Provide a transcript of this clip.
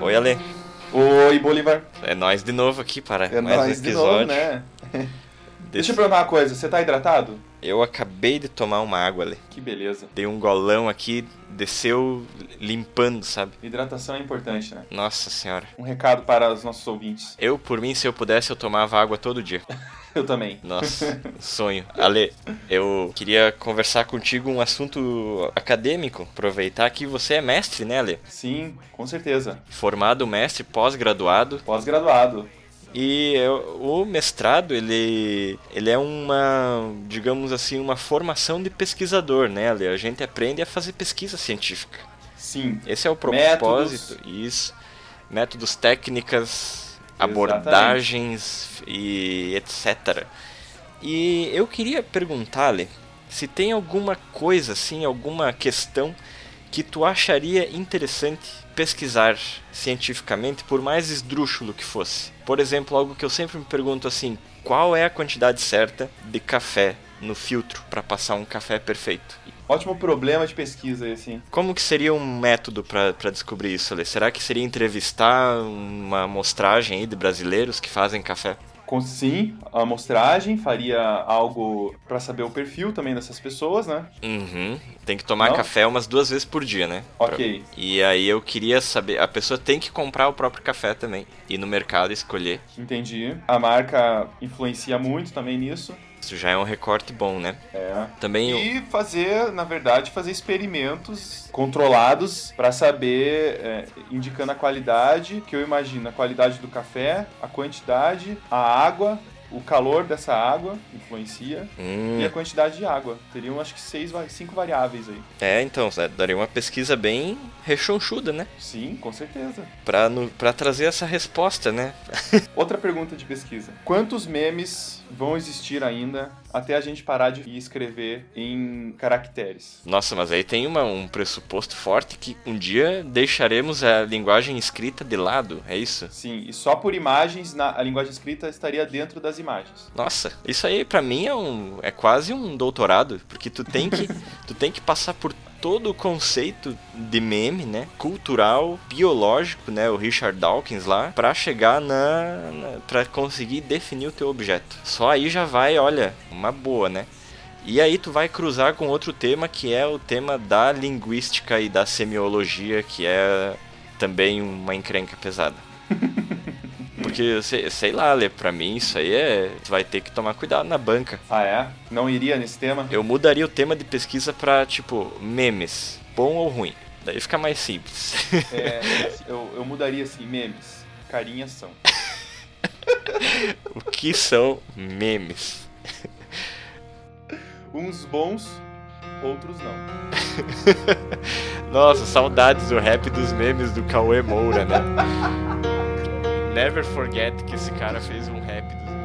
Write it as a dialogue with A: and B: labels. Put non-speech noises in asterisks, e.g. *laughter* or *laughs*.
A: Oi, Ale.
B: Oi, Bolívar.
A: É nós de novo aqui para
B: É
A: mais um
B: nóis de novo,
A: episódio.
B: né?
A: desse-
B: Deixa eu perguntar uma coisa, você tá hidratado?
A: Eu acabei de tomar uma água, Ale.
B: Que beleza.
A: Dei um golão aqui, desceu limpando, sabe?
B: Hidratação é importante, né?
A: Nossa senhora.
B: Um recado para os nossos ouvintes.
A: Eu, por mim, se eu pudesse, eu tomava água todo dia.
B: Eu também. *laughs*
A: Nossa, um sonho. Ale, eu queria conversar contigo um assunto acadêmico. Aproveitar que você é mestre, né, Ale?
B: Sim, com certeza.
A: Formado mestre, pós-graduado.
B: Pós-graduado.
A: E eu- o mestrado, ele, ele é uma, digamos assim, uma formação de pesquisador, né, Ale? A gente aprende a fazer pesquisa científica.
B: Sim.
A: Esse é o
B: Métodos.
A: propósito, isso. Métodos, técnicas, abordagens e etc. E eu queria perguntar-lhe se tem alguma coisa, assim, alguma questão que tu acharia interessante pesquisar cientificamente, por mais esdrúxulo que fosse. Por exemplo, algo que eu sempre me pergunto assim, qual é a quantidade certa de café no filtro para passar um café perfeito?
B: Ótimo problema de pesquisa esse. hein?
A: Como que seria um método para descobrir isso, Ale? Será que seria entrevistar uma amostragem aí de brasileiros que fazem café?
B: Com, sim, a amostragem faria algo para saber o perfil também dessas pessoas, né?
A: Uhum. Tem que tomar
B: Não?
A: café umas duas vezes por dia, né?
B: Ok.
A: Pra- E aí eu queria saber, a pessoa tem que comprar o próprio café também, ir no mercado e escolher.
B: Entendi. A marca influencia muito também nisso.
A: Isso já é um recorte bom, né?
B: É.
A: Também o-
B: E fazer, na verdade, fazer experimentos controlados para saber, é, indicando a qualidade, que eu imagino, a qualidade do café, a quantidade, a água, o calor dessa água influencia
A: Hum,
B: e a quantidade de água. Teriam acho que seis, va- cinco variáveis aí.
A: é, então, Zé, daria uma pesquisa bem rechonchuda, né?
B: Sim, com certeza.
A: Pra, no- pra trazer essa resposta, né?
B: Outra pergunta de pesquisa: quantos memes vão existir ainda até a gente parar de escrever em caracteres?
A: Nossa, mas aí tem uma- um pressuposto forte que um dia deixaremos a linguagem escrita de lado, é isso?
B: Sim, e só por imagens na, a linguagem escrita estaria dentro das imagens.
A: Nossa, isso aí pra mim é, um, é quase um doutorado, porque tu tem que tu tem que passar por todo o conceito de meme, né? Cultural, biológico, né? O Richard Dawkins lá, pra chegar na, na para conseguir definir o teu objeto. Só aí já vai, olha, uma boa, né? E aí tu vai cruzar com outro tema que é o tema da linguística e da semiologia, que é também uma encrenca pesada. Porque, sei, sei lá, Lê, pra mim isso aí é. Tu vai ter que tomar cuidado na banca.
B: Ah, é? Não iria nesse tema?
A: Eu mudaria o tema de pesquisa pra, tipo, memes, bom ou ruim. Daí fica mais simples. *laughs*
B: É, eu, eu mudaria assim, memes. Carinhas são.
A: o que são memes?
B: Uns bons, outros não.
A: Nossa, saudades do rap dos memes do Cauê Moura, né? Never forget que esse cara fez um rap dos memes.